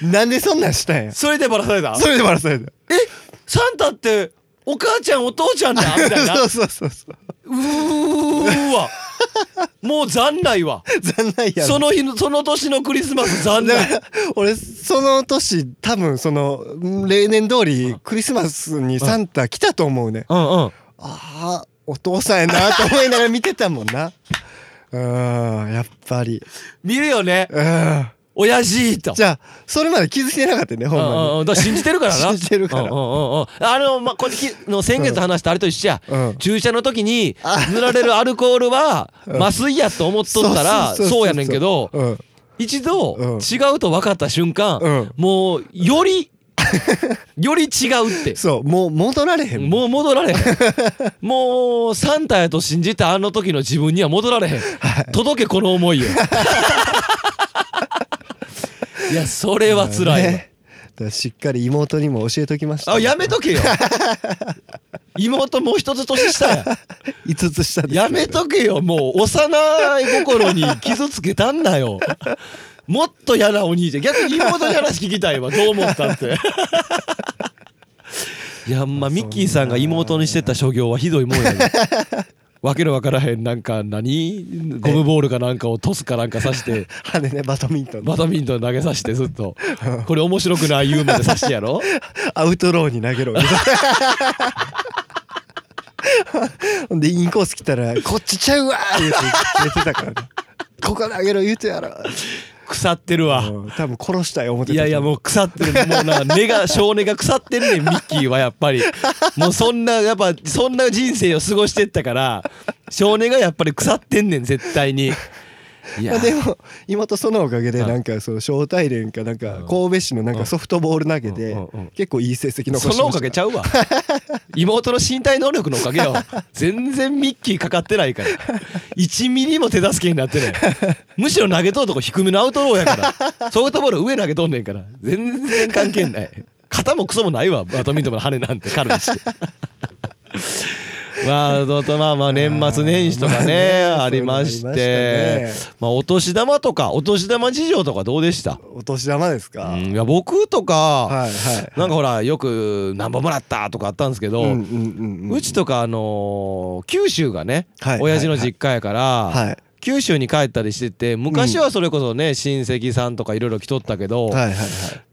S1: なんでそんなんしたんや
S2: それでバラされた
S1: それでバラされた
S2: サンタってお母ちゃんお 父ちゃんだみたいな
S1: そうそうそうそう
S2: う ーわもう残ないわ
S1: 残念やろ
S2: その日のその年のクリスマス残
S1: だ
S2: 念
S1: から俺その年多分その例年通りクリスマスにサンタ来たと思うね
S2: うんうん
S1: ああお父さんやなと思いながら見てたもんな うんやっぱり
S2: 見るよね
S1: うん
S2: 親父と
S1: じゃあそれまで気づいてなかったよねほん
S2: うんうん
S1: ま
S2: うんだから信じてるか らな
S1: 信じてるから
S2: うんうんうんうんあのまあこれきの先月話したあれと一緒や、
S1: うん
S2: 注射の時に塗られるアルコールは麻酔やと思っとったら
S1: そうそうそうそう
S2: そうやねんけど
S1: にうん
S2: 一度
S1: うん
S2: 違うと分かった
S1: う
S2: 瞬
S1: ん
S2: 間もうより より違うって
S1: そうもう戻られへんもん
S2: もう戻ら れへんもうサンタやと信じたあの時の自分には戻られへん届けこの思い よいやそれは辛いわ
S1: ねだからしっかり妹にも教えときました
S2: あやめと けよ妹もう一つ年下 や
S1: 5つ下です
S2: やめとけよもう幼い心に傷つけたんなよもっと嫌なお兄ちゃん逆に妹に話聞きた いわどう思ったっていやまあミッキーさんが妹にしてた所業はひどいもんや ねわけのわからへんなんか何ゴムボールかなんかをトスかなんかさして
S1: 羽ねバドミントン
S2: バドミントン投げさしてずっ とこれ面白くない言うまでさしてや ろ
S1: アウトローに投げろ みたいなほんでインコース来たら「こっちちゃうわ!」言うて言ってたからね「ここ投げろ言うてやろ」
S2: 腐ってるわ、
S1: うん多分殺したい思ってた
S2: いやいやもう腐ってるもうな根が性根が腐ってるねんミッキーはやっ ぱりもうそんなやっぱそんな人生を過ごしてったから性根がやっぱり腐ってんねん絶対にい
S1: ま
S2: や
S1: あ、でも妹そのおかげで
S2: うん
S1: なんかその招待連かなんか
S2: うん
S1: 神戸市のなんかソフトボール投げで
S2: うんうんうん
S1: 結構いい成績残してました
S2: そのおかげ ちゃうわ妹の身体能力のおかげよ全然ミッキーかかってないから1ミリも手助けになってないむしろ投げとうとこ低めのアウトローやからソフトボール上投げとんねんから全然関係ない肩もクソもないわバドミントンの羽なんて軽い しまあ、どうとまあまあ年末年始と
S1: まあ
S2: かね
S1: ね
S2: ありまし
S1: そういうのあり
S2: て
S1: ました
S2: まあお年玉とかお年玉事情とかどうでした
S1: お年玉ですか、
S2: うんいや僕とか、
S1: はいはい
S2: なんかほらよく「何本もらった」とかあったんですけど、
S1: う
S2: うん
S1: うんうんうん
S2: ちとかあのー九州がね、
S1: はい
S2: 親父の実家やから、
S1: はい
S2: 九州に帰ったりしてて昔はそれこそね、親戚さんとかいろいろ来とったけど、
S1: はいはいはい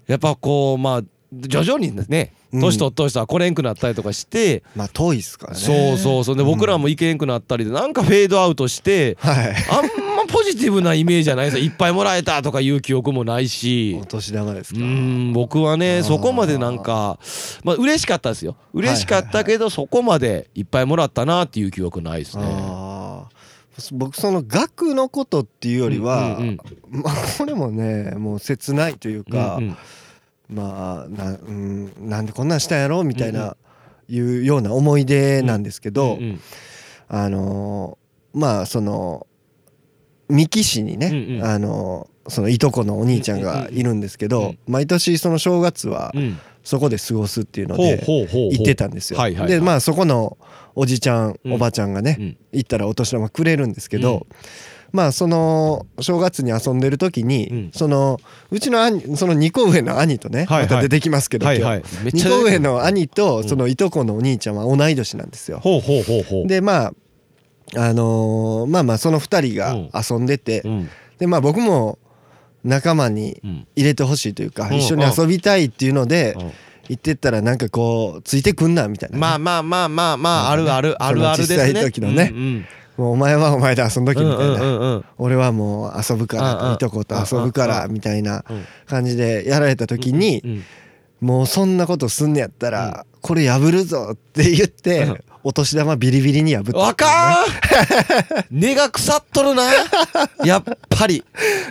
S2: やっぱこうまあ徐々にね
S1: うん
S2: 年取っとしたら来れんくなったりとかして、
S1: まあ遠いっすからね
S2: そうそうそうで僕らも行けんくなったりでなんかフェードアウトして。
S1: はい
S2: あんまポジティブなイメージじゃないですよいっぱいもらえたとかいう記憶もないし
S1: お年玉です
S2: う
S1: か
S2: ん僕は
S1: あー
S2: ねそこまでなんかまあ嬉しかったですよ嬉しかったけどそこまでいっぱいもらったなっていう記憶ないですね。
S1: あー僕その額のことっていうよりは、
S2: うんうん
S1: まあこれもねもう切ないというか、
S2: うんうん
S1: まあな,、うん、なんでこんなんしたんやろみたいな、いうような思い出なんですけど、
S2: うんうん
S1: あのーまあその三木市にね、
S2: うんうん
S1: あのーそのいとこのお兄ちゃんがいるんですけど、
S2: うんうんうん
S1: 毎年その正月は
S2: うん
S1: そこで過ごすっていうの
S2: ほう
S1: で
S2: ほうほう
S1: 行ってたんですよ
S2: はいはいはい
S1: でまあそこのおじちゃん
S2: うん
S1: おばちゃんがね、
S2: うん
S1: 行ったらお年玉くれるんですけど、まあその正月に遊んでる時に、
S2: うん
S1: そのうちの兄その2個上の兄とね、
S2: はいはい
S1: また出てきますけど、
S2: はいはいめっち
S1: 2
S2: ゃ
S1: 個上の兄とそのいとこのお兄ちゃんは同い年なんですよ。
S2: ほうほうほうほう
S1: でまああのーまあまあその2人
S2: うん
S1: が遊んでて、
S2: うん
S1: でまあ僕も仲間に
S2: うん
S1: 入れてほしいというか、
S2: うん
S1: 一緒に遊びたいっていうので、
S2: うん
S1: 行ってったらなんかこうついてくんなみたいなね、
S2: まあまあまあまあまああるあるあるあるですね
S1: その小さい時のね
S2: うん
S1: もうお前はお前で遊んどき
S2: う
S1: みたい
S2: ん
S1: な、
S2: うんうんうん
S1: 俺はもう遊ぶか
S2: うんうん
S1: らいとこと遊ぶか
S2: うん
S1: ら
S2: う
S1: みたいな
S2: うん
S1: 感じでやられた時に、
S2: うん
S1: もうそんなことすんねやったら、これ破るぞって言って、
S2: うん
S1: お年玉ビリビリに破った、
S2: 若ー根が腐っとるなやっ ぱり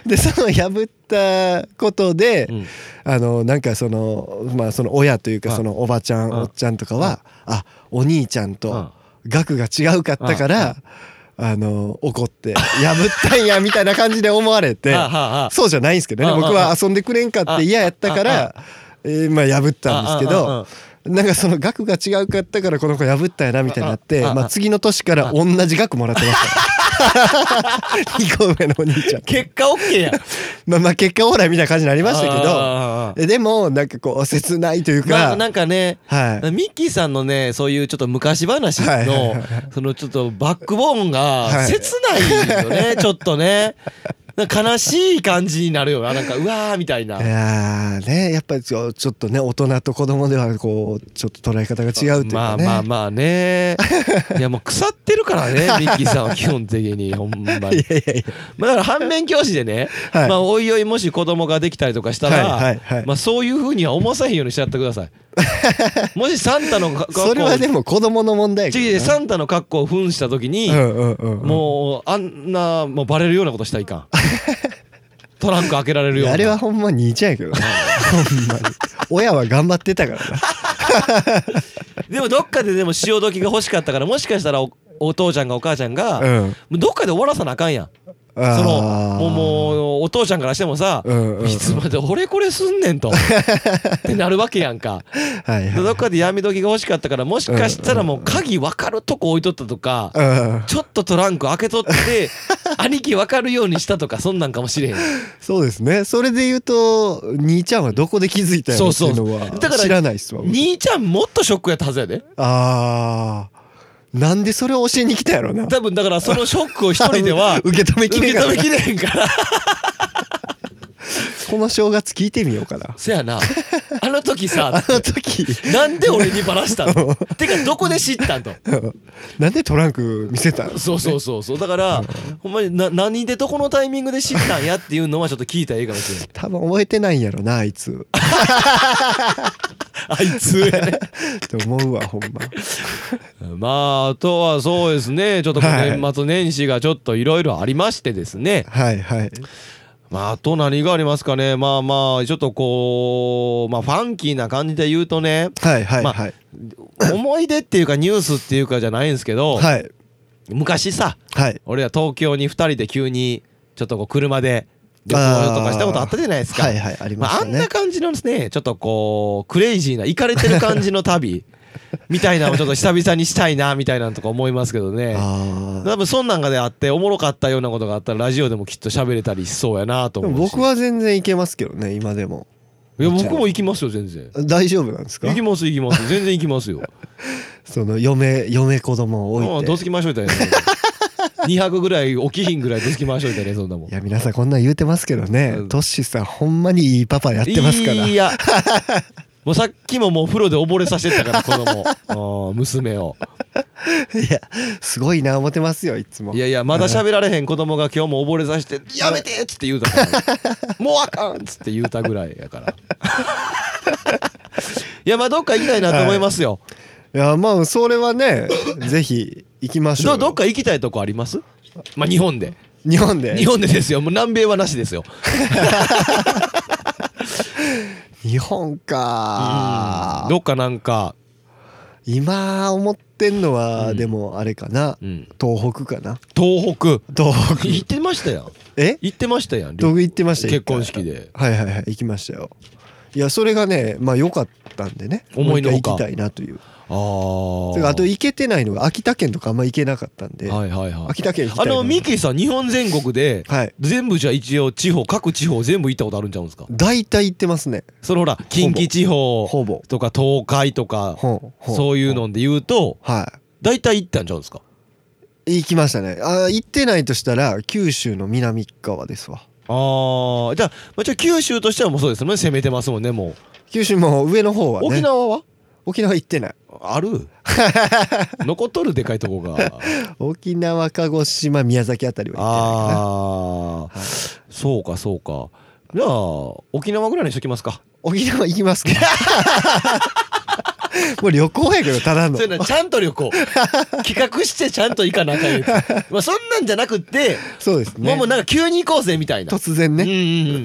S1: でその破ったことで、
S2: うん
S1: あのなんかそのまあその親というか
S2: うん
S1: そのおばちゃん、
S2: うん
S1: おっちゃんとかは、あお兄ちゃんと額が違うかったから、あの怒って破ったんやみたいな感じで思われて。
S2: はあはあはあ
S1: そうじゃないんですけど
S2: あ
S1: ね
S2: あ
S1: 僕は遊んでくれんかって嫌やったか
S2: あ
S1: ら、えーまあ破ったんですけ
S2: あああ
S1: どなんかその額が違うかったからこの子破ったんやなみたいになって
S2: あああ
S1: まあ、次の年から同じ額もらってまし た2個上のお兄ちゃん
S2: 結果 OK や
S1: まあまあ結果オーライみたいな感じになりましたけど
S2: ど
S1: えでもなんかこう切ないという
S2: まあ
S1: か、
S2: なんかね
S1: はい
S2: ミッキーさんのねそういうちょっと昔話
S1: はいはい
S2: の
S1: はい
S2: そのちょっとバックボーンが
S1: はい
S2: 切ない よねちょっとねなんか悲しい感じになるよななんかうわーみたいない
S1: やーねやっぱりちょちょっとね大人と子供ではこうちょっと捉え方が違うという
S2: ま
S1: か
S2: あ
S1: ね、
S2: まあま あねいやもう腐ってるからねミッキーさんは基本的 にほんまに
S1: いやいやい
S2: まあだから反面教師でね、
S1: はい
S2: まあおいおいもし子供ができたりとかしたら、
S1: はいはいはい
S2: まあそういうふうには思わさへんようにしちゃってくださ いもしサンタの格
S1: やそれはでも子供の問題やけどな
S2: サンタの格好を扮した時に、
S1: うんうんうんうん
S2: もうあんなもうバレるようなことしたら いかんトランク開けられるよ
S1: い
S2: うな
S1: やあれはほんまに兄ちゃんやけどなほんまに親は頑張ってたからな
S2: でもどっかででも潮時が欲しかったからもしかしたらおお父ちゃんがお母ちゃんが、
S1: う
S2: も
S1: ん
S2: うどっかで終わらさなあかんやんそのもうもうお父ちゃんからしてもさ、
S1: うんうんうん
S2: いつまで俺これすんね んとってなるわけやん
S1: う
S2: か
S1: はいはい
S2: どっかで闇時が欲しかったからもしかしたらもう鍵分かるとこ置いとったとか、
S1: うん
S2: ちょっとトランク開けとって兄貴分かるようにしたとかそんなんかもしれへん
S1: そうですねそれで言うと兄ちゃんはどこで気づいたんや
S2: そ
S1: ろ
S2: う
S1: ってい
S2: そ
S1: ううのは
S2: だから
S1: 知らないっすわ僕
S2: 兄ちゃんもっとショックやったはずやで
S1: あーなんでそれを教えに来たんやろな
S2: 多分だからそのショックを一人では
S1: 受け止め
S2: 受
S1: きれ
S2: け
S1: んか
S2: 止
S1: ら
S2: めきれへんから
S1: この正月聞いてみようかな
S2: せやなあの時さ
S1: あの時
S2: なんで俺にバラしたのてかどこで知ったんと
S1: なんでトランク見せたの
S2: そうそうそうそうだからほんまにな何でどこのタイミングで知ったんやっていうのはちょっと聞いたらいいかも しれない
S1: 多分覚えてないんやろなあい つ
S2: あいつやね
S1: って思うわほんま
S2: まああとはそうですねちょっとこう
S1: はい
S2: 年末年始がちょっといろいろありましてですね
S1: はいはい
S2: まああと何がありますかねまあまあちょっとこうまあファンキーな感じで言うとね
S1: はいはい
S2: まあ
S1: はい
S2: 思い出っていうかニュースっていうかじゃないんですけど、
S1: はい
S2: 昔さ
S1: はい
S2: 俺ら東京に2人で急にちょっとこう車で旅行とかしたことあったじゃないですか
S1: はいはいありま
S2: ま
S1: し
S2: あ、あ
S1: た
S2: ん
S1: ね
S2: な感じのですねちょっとこうクレイジーなイかれてる感じ の旅みたいなのをちょっと久々にしたいなみたいなのとか思いますけどね
S1: あー
S2: 多分そんなんがであっておもろかったようなことがあったらラジオでもきっと喋れたりしそうやなと
S1: で
S2: 思
S1: も
S2: うし
S1: 僕は全然いけますけどね今でも
S2: いや僕も行きますよ全然
S1: 大丈夫なんですか
S2: 行きます行きます全然行きますよ
S1: その嫁嫁子供を
S2: ああ
S1: 置い
S2: ど
S1: て
S2: つきましょうみたいな2泊ぐらい起きひんぐらいどつきましょうみたいなそんなもん
S1: いや皆さんこんなん言うてますけどね
S2: うん
S1: トッシーさんほんまにいいパパやってますから
S2: いやもうさっきももう風呂で溺れさせてたから子供うん娘を
S1: いやすごいな思ってますよいつも
S2: いやいやまだ喋られへん子供が今日も溺れさせて「やめて!」っつって言うたからもうあかん!」っつって言うたぐらいやから いやまあどっか行きたいなと思いますよ、
S1: いやまあそれは ねぜひ行きましょう
S2: ど
S1: よ
S2: どっか行きたいとこありますまあ日本で
S1: 日本で
S2: 日本でですよもう南米はなしですよ
S1: 日本か
S2: どっかなんか
S1: 今思ってんのは、
S2: うん
S1: でもあれかな、
S2: うん
S1: 東北かな
S2: 東北
S1: 東北
S2: 行ってましたやん
S1: え
S2: 行ってましたやん
S1: 東北行ってました
S2: 結婚式で
S1: はいはいはい行きましたよいやそれがねまあ良かったんでね
S2: 思いの
S1: もう
S2: ほ
S1: 一回
S2: か
S1: 行きたいなという
S2: あー
S1: てかあと行けてないのが秋田県とかあんま行けなかったんで、
S2: はいはいはい
S1: 秋田県行きた
S2: あ
S1: いな
S2: のミッキーさん日本全国で
S1: はい
S2: 全部じゃあ一応地方各地方全部行ったことあるんちゃうんですか
S1: 大体行ってますね
S2: そのほら近畿地方
S1: ほぼ
S2: とか東海とか
S1: ほほ
S2: そういうので言うと
S1: は
S2: 大体行ったんちゃうんですか
S1: い行きましたねあー行ってないとしたら九州の南側ですわ
S2: ああじゃあまあじゃあ九州としてはもうそうですもんね攻めてますもんねも
S1: 九州も上の方
S2: う
S1: はね
S2: 沖縄は
S1: 沖縄行ってない
S2: あ る残っとるでかいとこが
S1: 沖縄鹿児島宮崎あたりは行ってないかな
S2: ああそうかそうかじゃあ沖縄ぐらいにしときますか
S1: 沖縄行きます けどもう旅行やけどただの
S2: そういう のちゃんと旅行企画してちゃんと行かなあかん やつまあそんなんじゃなくって
S1: そうです
S2: もう
S1: ね
S2: もうなんか急に行こうぜみたいな、
S1: 突然ね、
S2: うんう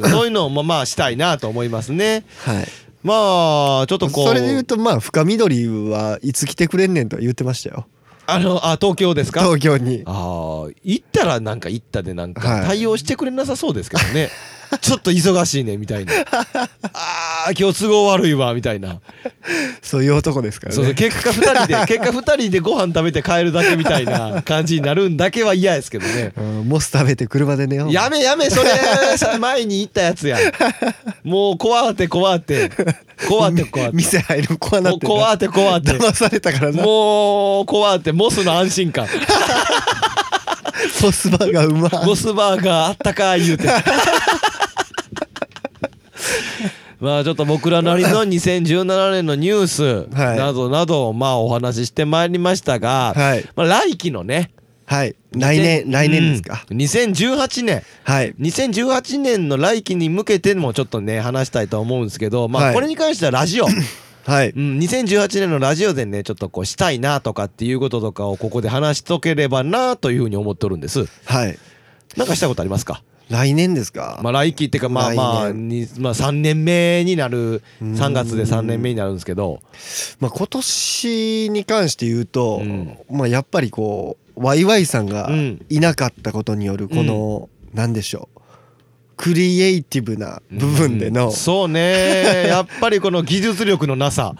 S2: んうん、そういうのもまあしたいなと思いますね
S1: はい
S2: まあちょっとこう
S1: それで言うとまあ深緑はいつ来てくれんねんとは言ってましたよ
S2: あのあ東京ですか
S1: 東京に
S2: ああ行ったらなんか行ったでなんか
S1: はい
S2: 対応してくれなさそうですけどね、ちょっと忙しいねみ たいなあー今日都合悪いわみたいな
S1: そういう男ですからね
S2: そうそう結果2人で 結果2人でご飯食べて帰るだけみたいな感じになるんだけは嫌ですけどね
S1: うんモス食べて車で寝よう
S2: やめやめそれ さ前に行ったやつやもう怖って怖って怖って怖って
S1: 店入る怖なってな
S2: 怖って怖って
S1: 騙されたからなモ
S2: もう怖ってモスの安 心感
S1: スバーがうま
S2: モスバーガーあったかい言うて まあちょっと僕らなりの2017年のニュース
S1: はい
S2: などなどをまあお話ししてまいりましたが、
S1: はい
S2: まあ、来期のね
S1: はい来年来年ですか、
S2: うん2018年
S1: はい
S2: 2018年の来期に向けてもちょっとね話したいと思うんですけど、ま
S1: は
S2: あ、
S1: い
S2: これに関しては ラジオ、
S1: はい
S2: うん、2018年のラジオでねちょっとこうしたいなとかっていうこととかをここで話しとければなというふうに思っておるんです
S1: はい
S2: なんかしたことありますか
S1: 来年ですか、
S2: まあ来期っていうかまあまあ
S1: 来
S2: に、まあ、3年目になる
S1: ん
S2: 3月で3年目になるんですけど
S1: まあ、今年に関して言うと、
S2: うん
S1: まあ、やっぱりこうワイワイさんが
S2: うん
S1: いなかったことによるこの、なんでしょうクリエイティブな部分で
S2: う
S1: の
S2: んそ うねやっぱりこの技術力のなさ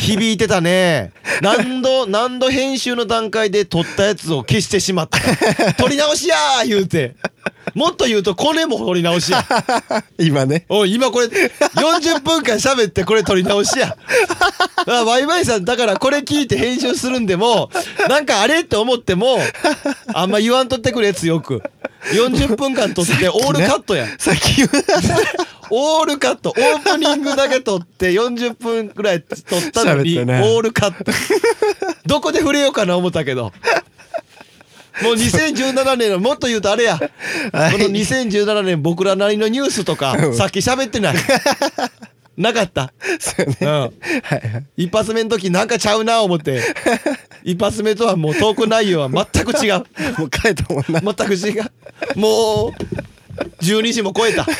S2: 響いてたね何度何度編集の段階で撮ったやつを消してしまった「撮り直しや!」言うてもっと言うとこれも撮り直しや
S1: 今ね
S2: おい今これ40分間喋ってこれ撮り直しやあワイワイさんだからこれ聞いて編集するんでもなんかあれって思ってもあんま言わんとってくれ強く40分間撮ってオールカットや
S1: さっき言う
S2: オールカットオープニングだけ撮って40分ぐらい撮ったのに
S1: 喋
S2: オ
S1: ったね
S2: ールカットどこで触れようかな思ったけどもう2017年のもっと言うとあれやこ
S1: はい
S2: の2017年僕らなりのニュースとか
S1: うん
S2: さっき喋ってないなかった
S1: そうね、
S2: うん
S1: はいはい
S2: 一発目の時なんかちゃうな思って一発目とはもうトーク内容は全く違う
S1: もう帰ったもん な
S2: 全く違うもう12時も超えた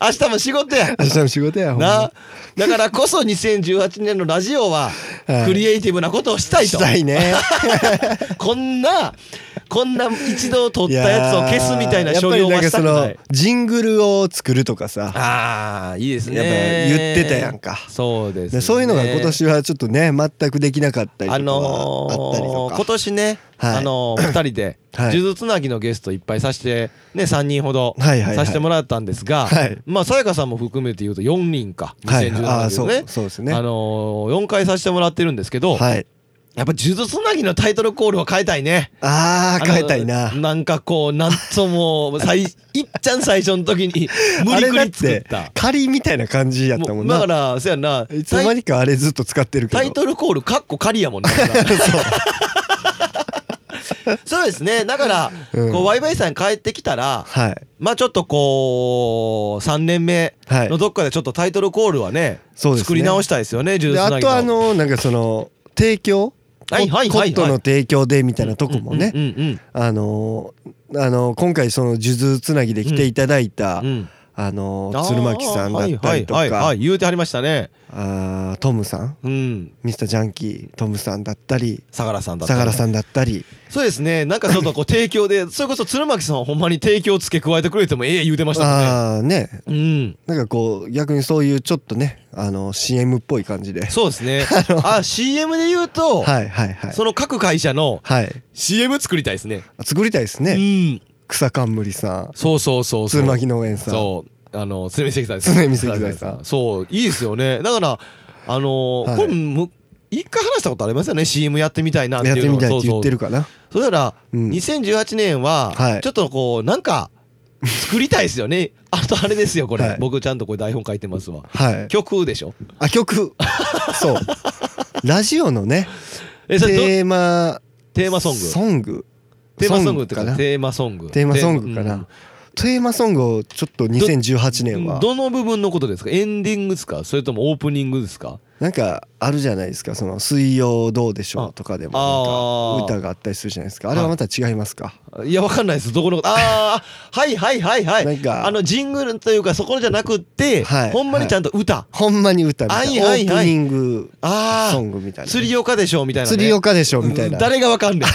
S2: 明日も仕事や
S1: 明日の仕事やほんま
S2: なだからこそ2018年のラジオは
S1: はい
S2: クリエイティブなことをしたい
S1: し
S2: と、
S1: たい ね
S2: こんなこんな一度撮ったやつを消すみたいな
S1: やー
S2: 所業はしたく
S1: やっぱ
S2: な
S1: りなん
S2: い
S1: かそのジングルを作るとかさ
S2: ああいいですね
S1: やっぱ言ってたやんか
S2: そうです、
S1: で
S2: ね、
S1: そういうのが今年はちょっとね全くできなかったりとか
S2: あ
S1: あったりと
S2: のー、
S1: か
S2: 今年ね、
S1: はい
S2: あのー、2人で「
S1: はい
S2: 数珠つなぎ」のゲストいっぱいさせて、ね、3人ほど
S1: はいはいはい
S2: させてもらったんですが、
S1: はい
S2: まあさやかさんも含めて言うと4人か
S1: はいあ
S2: 2017
S1: ー
S2: 年
S1: そう
S2: ね,、
S1: そうですね
S2: あのー、4回させてもらってるんですけど、
S1: はい
S2: やっぱ「数珠つなぎ」のタイトルコールは変えたいね。
S1: ああ変えたいな
S2: あのなんかこうなんと も最いっちゃん最初の時に無理くり作
S1: あ
S2: っ
S1: れだ
S2: た
S1: っ。て仮みたいな感じやったもん
S2: うだ
S1: な
S2: からそやない
S1: つの間にかあれずっと使ってるけど
S2: タイトルコールカッコ仮やもんね。そうですね。だから、
S1: うん
S2: こうワイワイさん帰ってきたら、
S1: はい
S2: まあちょっとこう3年目
S1: はい
S2: のどっかでちょっとタイトルコールはね、
S1: そうですね
S2: 作り直したいですよね。ジュー
S1: で
S2: ス
S1: あとあのなんかその提供コ
S2: はいはいはい
S1: コ
S2: はい
S1: ットの提供でみたいなとこもね
S2: うんうん
S1: あのーあのー今回その数珠つなぎで来ていただいた
S2: うんうん。
S1: あの
S2: あー
S1: 鶴巻さんだったりと
S2: はいはいはいは
S1: か
S2: い言うてはりましたね
S1: あートムさん
S2: うん
S1: ミスタージャンキートムさんだったり
S2: 相良さんだった
S1: 相良さ
S2: ん
S1: んだったり
S2: そうですねなんかちょっとこう提供で それこそ鶴巻さんはほんまに提供付け加えてくれてもええ言うてました
S1: ああーね
S2: もんねうん
S1: なんかこう逆にそういうちょっとねあの CM っぽい感じで
S2: そうです ねあ CM で言うと、
S1: はいはいはい
S2: その各会社の
S1: はい
S2: CM 作りたいですね
S1: 作りたいですね、
S2: うん
S1: 草冠さん
S2: そうそうそうそう
S1: 鶴巻農園さん
S2: そうあの鶴見石材
S1: 鶴見石材さん
S2: そういいですよねだからあのー
S1: はい
S2: これむ一回話したことありますよね CM やってみたいなって
S1: やっ
S2: いう
S1: て
S2: の
S1: み
S2: を
S1: たいって
S2: そうそ
S1: 言
S2: う
S1: ってるかな
S2: そしたら、
S1: うん
S2: 2018年は、
S1: はい
S2: ちょっとこうなんか作りたいですよね あとあれですよこれ、
S1: はい
S2: 僕ちゃんとこれ台本書いてますわ
S1: はい
S2: 曲でしょ
S1: あ曲そうラジオのね
S2: えそれど
S1: テーマ
S2: テーマソング
S1: ソング
S2: テーマソングって
S1: か
S2: か
S1: なテ
S2: テーマソング
S1: ーマソングかなテーマソングをちょっと2018
S2: うん
S1: 年は
S2: どの部分のことですかエンディングですかそれともオープニングですか
S1: なんかあるじゃないですかその「水曜どうでしょう」とかでもなん
S2: あ
S1: か
S2: ー
S1: 歌があったりするじゃないですかあれはまた違いますか
S2: いや、わかんないです。どこのこと。ああ、はいはいはいはい。
S1: なんか
S2: あの、ジングルというか、そこじゃなくって、
S1: はい
S2: ほんまにちゃんと歌。
S1: ほんまに歌みたいなオ
S2: はいはい
S1: ー
S2: は
S1: プ
S2: い
S1: ニング
S2: ああ、
S1: ソングみたいな
S2: 釣り岡でしょみたいな、ね。
S1: 釣り岡でしょみたい
S2: うん
S1: な
S2: 誰がわ かんねん。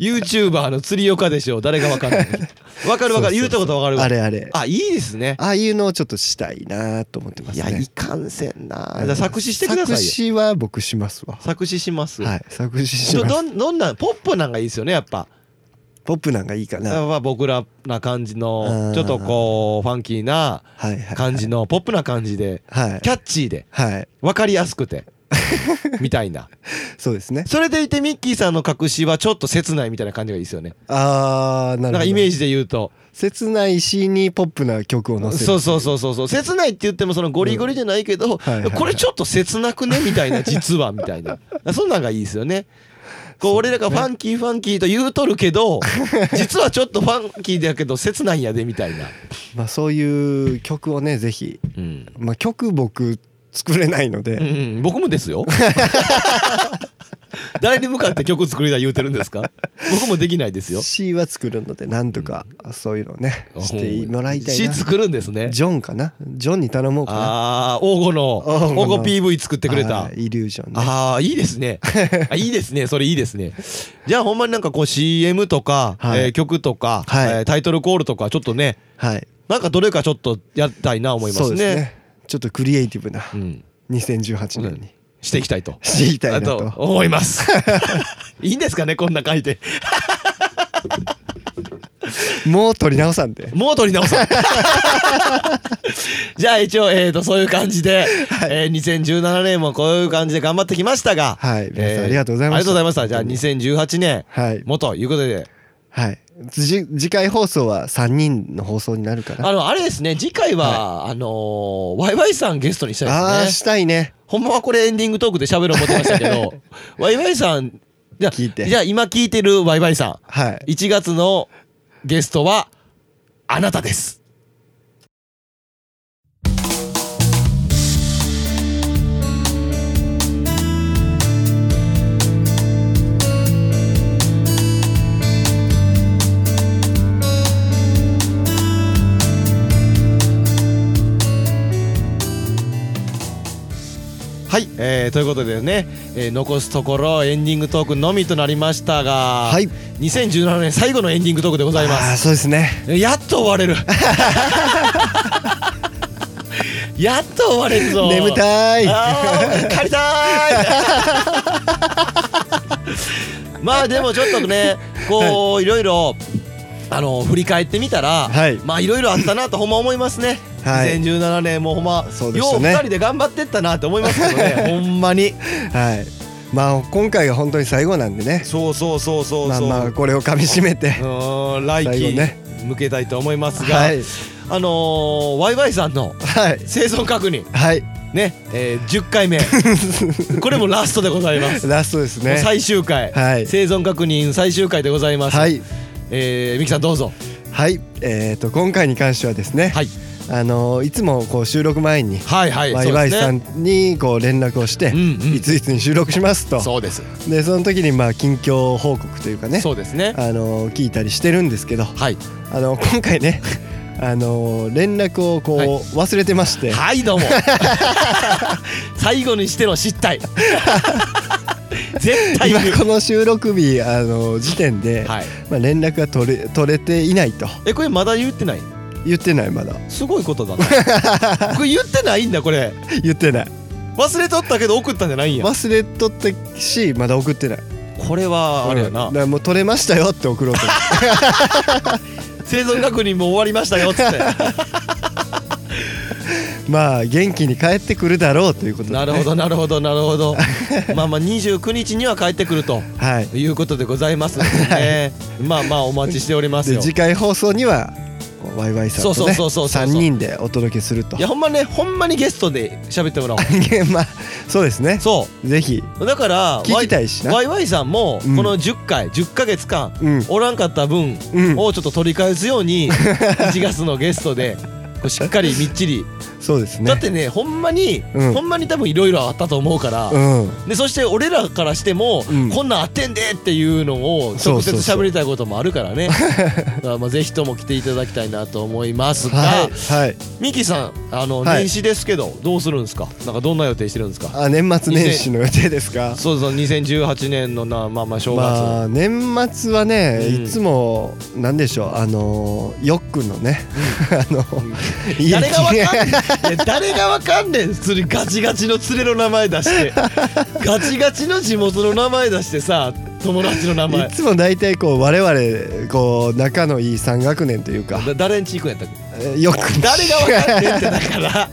S2: YouTuber の釣り岡でしょ誰がわかんね ん。わかるわかる。言うたことわかるわ
S1: あれあれ
S2: あ、いいですね。
S1: ああいうのをちょっとしたいなと思ってま
S2: い
S1: す
S2: や、
S1: ね
S2: いかんせんな。じゃあ作詞してくださいよ。
S1: 作
S2: 作詞
S1: 詞は僕しますわ
S2: します。
S1: はい作詞し
S2: ど
S1: ます
S2: どんどんなんポップなんがいいですよねやっぱ、
S1: ポップなんかいいかなはい
S2: まあ僕らな感じ
S1: う
S2: の
S1: ん
S2: ちょっとこうファンキーな
S1: はいはい
S2: 感じのポップな感じで
S1: はい
S2: キャッチーで
S1: はい
S2: 分かりやすく てみたいな
S1: そうですね
S2: それでいてミッキーさんの隠しはちょっと切ないみたいな感じがいいですよね
S1: あーなる
S2: なん
S1: ほ
S2: か
S1: ど
S2: イメージで言うと
S1: 切ないしにポップな曲を載せる
S2: そうそうそうそうそう切ないって言ってもそのゴリゴリじゃないけど、
S1: はいはいはい
S2: これちょっと切なくねみたいな実はみた いなそんなんがいいですよねこう俺らがファンキーファンキーと言うとるけ ど実はちょっとファンキーだけど切ないんやでみたいな、
S1: まあそういう曲をねぜひ
S2: うん
S1: まあ曲僕作れないので、
S2: うんうん、僕もで すよ誰に向かって曲作りだ言うてるんですか僕もできないですよ
S1: C は作るのでなんとかそういうのをね、してもらいたい
S2: 詩
S1: な
S2: 作るんですね
S1: ジョンかなジョンに頼もうかな
S2: ああ黄金の
S1: 黄金の
S2: 黄金 PV 作ってくれた
S1: はいイリュージョンね
S2: ああいいで すねあいいですねそれいいですねじゃあほんまになんかこう CM とか、
S1: はい
S2: えー曲とか、
S1: はい
S2: えータイトルコールとかちょっとね
S1: はい
S2: なんかどれかちょっとやりたいな思いま
S1: そ
S2: す
S1: う
S2: ね
S1: ですねちょっとクリエイティブな
S2: うん、
S1: 2018年に
S2: していきたいと
S1: していきたいな
S2: だ
S1: と
S2: 思いますいいんですかねこんな書いて
S1: もう撮り直さんで
S2: もう取り直 そう。じゃあ一応、えー、とそういう感じで、えー2017年もこういう感じで頑張ってきましたが、
S1: はい皆さん
S2: えー
S1: ありがとうございました
S2: ありがとうございました。じゃあ2018年
S1: はい
S2: もということで、
S1: はいじ次回放送は3人の放送になるかな
S2: あのあれですね次回は、あのーワイワイさんゲストにした
S1: あ
S2: い
S1: あ
S2: で
S1: ー
S2: すね。
S1: したいね
S2: ほんまはこれエンディングトークで喋る思ってまし たけど、ワイワイさんじゃあ
S1: 聞いて
S2: じゃあ今聞いてるワイワイさ
S1: はい
S2: ん1月のゲストはあなたです。はい、えーということでね、えー残すところエンディングトークのみとなりましたが、
S1: はい
S2: 2017年最後のエンディングトークでございま
S1: ああー
S2: す
S1: そうですね
S2: やっと終わ れるやっと終われるぞ
S1: 眠たい
S2: あー帰りたーい まあでもちょっとねこういろいろあの振り返ってみたら、
S1: はい
S2: まあいろいろあったなとほんま思いますね、
S1: はい
S2: 2017年もほんま、
S1: そうでし
S2: よ
S1: た
S2: う
S1: ね
S2: 2人で頑張ってったなって思いますけ どねほんまに
S1: はいまあ今回が本当に最後なんでね
S2: そうそうそうそう
S1: まあ
S2: そう、
S1: まあこれをかみしめて
S2: うーん来
S1: 最
S2: 季
S1: 後ね
S2: 向けたいと思いますが、
S1: はい
S2: あのー、ワイワイさんの
S1: はい
S2: 生存確認
S1: はい
S2: ね、えー、10回 目これもラストでございます、
S1: ラストです
S2: もう
S1: ね
S2: 最終回、
S1: はい
S2: 生存確認最終回でございます、
S1: はい
S2: えー、ミキさんどうぞ
S1: はいえっと今回に関してはですね
S2: はい
S1: あのーいつもこう収録前に
S2: はいはい
S1: ワイワイ
S2: そう
S1: さ
S2: ですね
S1: んにこう連絡をして
S2: うんうん
S1: いついつに収録しますと
S2: そうです
S1: でその時にまあ近況報告というかね
S2: そうですね
S1: あのー聞いたりしてるんですけど
S2: はい
S1: あの今回ねあのー連絡をこう、
S2: はい
S1: 忘れてまして、
S2: はいどう も最後にしての失態絶対
S1: 今
S2: 言う
S1: この収録日あのー時点で、
S2: はい
S1: まあ、連絡が取れ取れていないと
S2: えこれまだ言ってない
S1: 言ってないまだ
S2: すごいことだ なこれ言ってないんだこれ
S1: 言ってない
S2: 忘れとったけど送ったんじゃないんや
S1: 忘れとったしまだ送ってない
S2: これはあれや
S1: う
S2: なん
S1: だからもう取れましたよって送ろ うと思って
S2: 生存確認も終わりましたよっつって
S1: まあ元気に帰ってくるだろうということで、ね、
S2: なるほどなるほどなるほど まあまあ29日には帰ってくると
S1: はい
S2: いうことでございますのでねまあまあお待ちしております
S1: で
S2: よ
S1: 次回放送にはこうワイワイさんとね
S2: そうそうそうそうそう
S1: 3人でお届けすると
S2: いやほんまねほんまにゲストで喋ってもらおう
S1: まあそうですね
S2: そ
S1: ぜひ
S2: うだから
S1: 聞きたいしな
S2: ワイワイさんも
S1: うん
S2: この10回、10ヶ月間
S1: うん
S2: おらんかった分
S1: うん
S2: をちょっと取り返すよ うに1月のゲストでこうしっかりみっちり、
S1: そうですね
S2: だってねほんまに、
S1: うん
S2: ほんまに多分いろいろあったと思うから、
S1: うん
S2: でそして俺らからしても、
S1: うん
S2: こんなんあってんでっていうのを
S1: そ
S2: 直
S1: う
S2: 接
S1: そうそう
S2: 喋りたいこともあるから ねだからまあぜひとも来ていただきたいなと思いますが、
S1: はいはい
S2: ミキさんあの
S1: はい
S2: 年始ですけど、どうするんですかなんかどんな予定してるんですか
S1: あ年末年始の予定ですか
S2: そうそう2018年のなまあまあ正月、
S1: まあ年末はね、
S2: うん
S1: いつもなんでしょうあのーよっくんのね、 あの家に
S2: 誰がわかんねんいや誰がわかんねんそれガチガチの連れの名前出して ガチガチの地元の名前出してさ友達の名前
S1: いつも大体こう我々こう仲のいい3学年というか
S2: だ誰んち行くんやったっけ
S1: えよっくん
S2: 誰がわかんねんってだから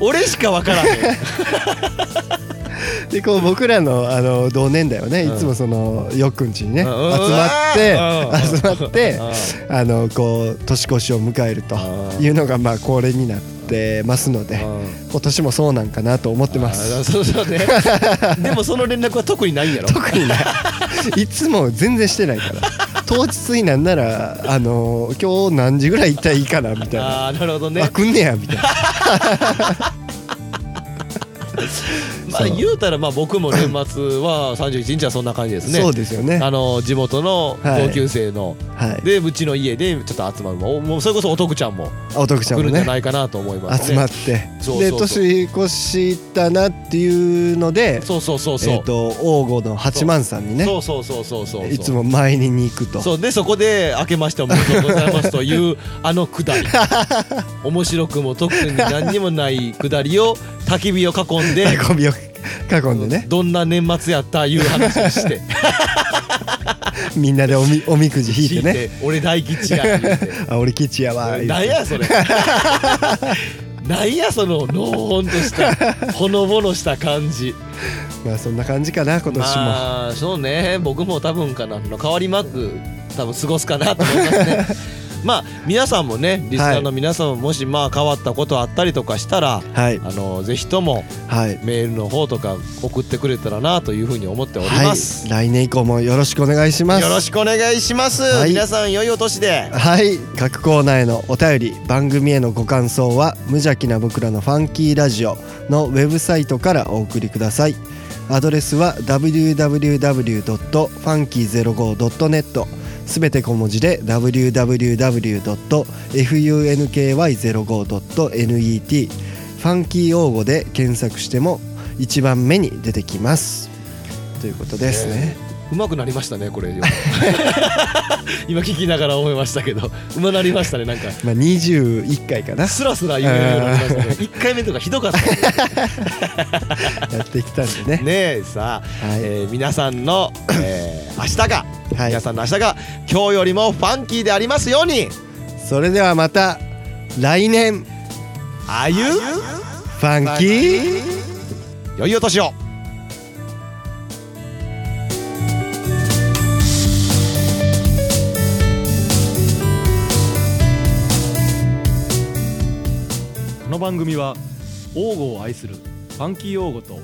S2: 俺しかわからんねん
S1: でこう僕らのあの同年代はね、
S2: うん
S1: いつもそのよっくんちにね、
S2: うんうん
S1: 集まって、
S2: うん
S1: 集まって、
S2: う
S1: あのこう年越しを迎えるというのがまあ恒例になってますので、
S2: うん
S1: 今年もそうなんかなと思ってま
S2: あー
S1: す。
S2: そ うそうねでもその連絡は特にないんやろ
S1: 特にねいつも全然してないから当日になんならあの今日何時ぐらい行ったらいいかなみたいな。
S2: ああなるほどね
S1: あ来んねやみたいな
S2: まあ
S1: そう
S2: 言うたらまあ僕も年末は31日はそんな感じですね
S1: そうですよね
S2: あの地元の
S1: はい
S2: 同級生の、
S1: はい
S2: でうちの家でちょっと集まるもうもうそれこそおとくちゃんも
S1: お徳ちゃ
S2: 来
S1: んも
S2: るんじゃ
S1: ね
S2: ないかなと思います、ね、
S1: 集まって
S2: そう
S1: で
S2: そうそう
S1: 年越したなっていうので
S2: そうそうそうそう、
S1: えっ、と王吾の八幡さんにね
S2: そうそうそうそうそう
S1: いつも参りに行くと
S2: そうでそこで「明けましておめでとうございます」という あのくだり面白くも特に何にもないくだりを焚き火を囲んで
S1: 運びを 囲んでね
S2: どんな年末やったいう話 をして
S1: みんなでおみおみくじ引いて
S2: 聞
S1: ね
S2: いて俺大吉や言うて
S1: あ俺吉やわ言うて
S2: なんやそ れなんやそののほほんとしたほのぼのした感じ
S1: まあそんな感じかな今年も、
S2: まあそうね僕も多分かなの変わりまく多分過ごすかなと思います ねまあ皆さんもねリスナーの皆さんももしまあ変わったことあったりとかしたら、
S1: はい
S2: あのぜひとも
S1: はい
S2: メールの方とか送ってくれたらなというふうに思っており
S1: は
S2: ま
S1: い
S2: す、
S1: 来年以降もよろしくお願いします
S2: よろしくお願いします、
S1: はい
S2: 皆さん良いお年で
S1: はい各コーナーへのお便り番組へのご感想は「無邪気な僕らのファンキーラジオ」のウェブサイトからお送りくださいアドレスは www.funky05.net すべて小文字で www.funky05.net ファンキー用語で検索しても一番目に出てきますということですね、
S2: うまくなりましたねこれ 今聞きながら思いましたけどうまなりましたねなんか
S1: まあ、21回かな
S2: スラスラ言うようになりま したね1回目とかひどかった
S1: やってきたんでね
S2: ねえさあ、
S1: はい
S2: えー皆さんの、えー明日が、
S1: はい
S2: 皆さんの明日が今日よりもファンキーでありますように
S1: それではまた来年
S2: あゆ
S1: ファンキー
S2: 良いお年を
S3: この番組は王語を愛するファンキー王語と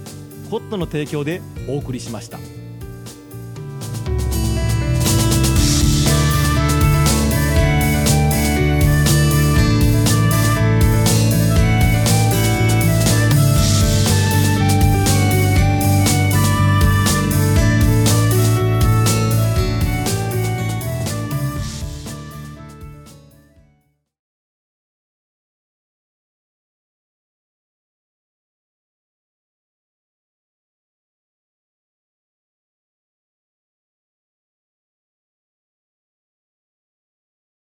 S3: コットの提供でお送りしました。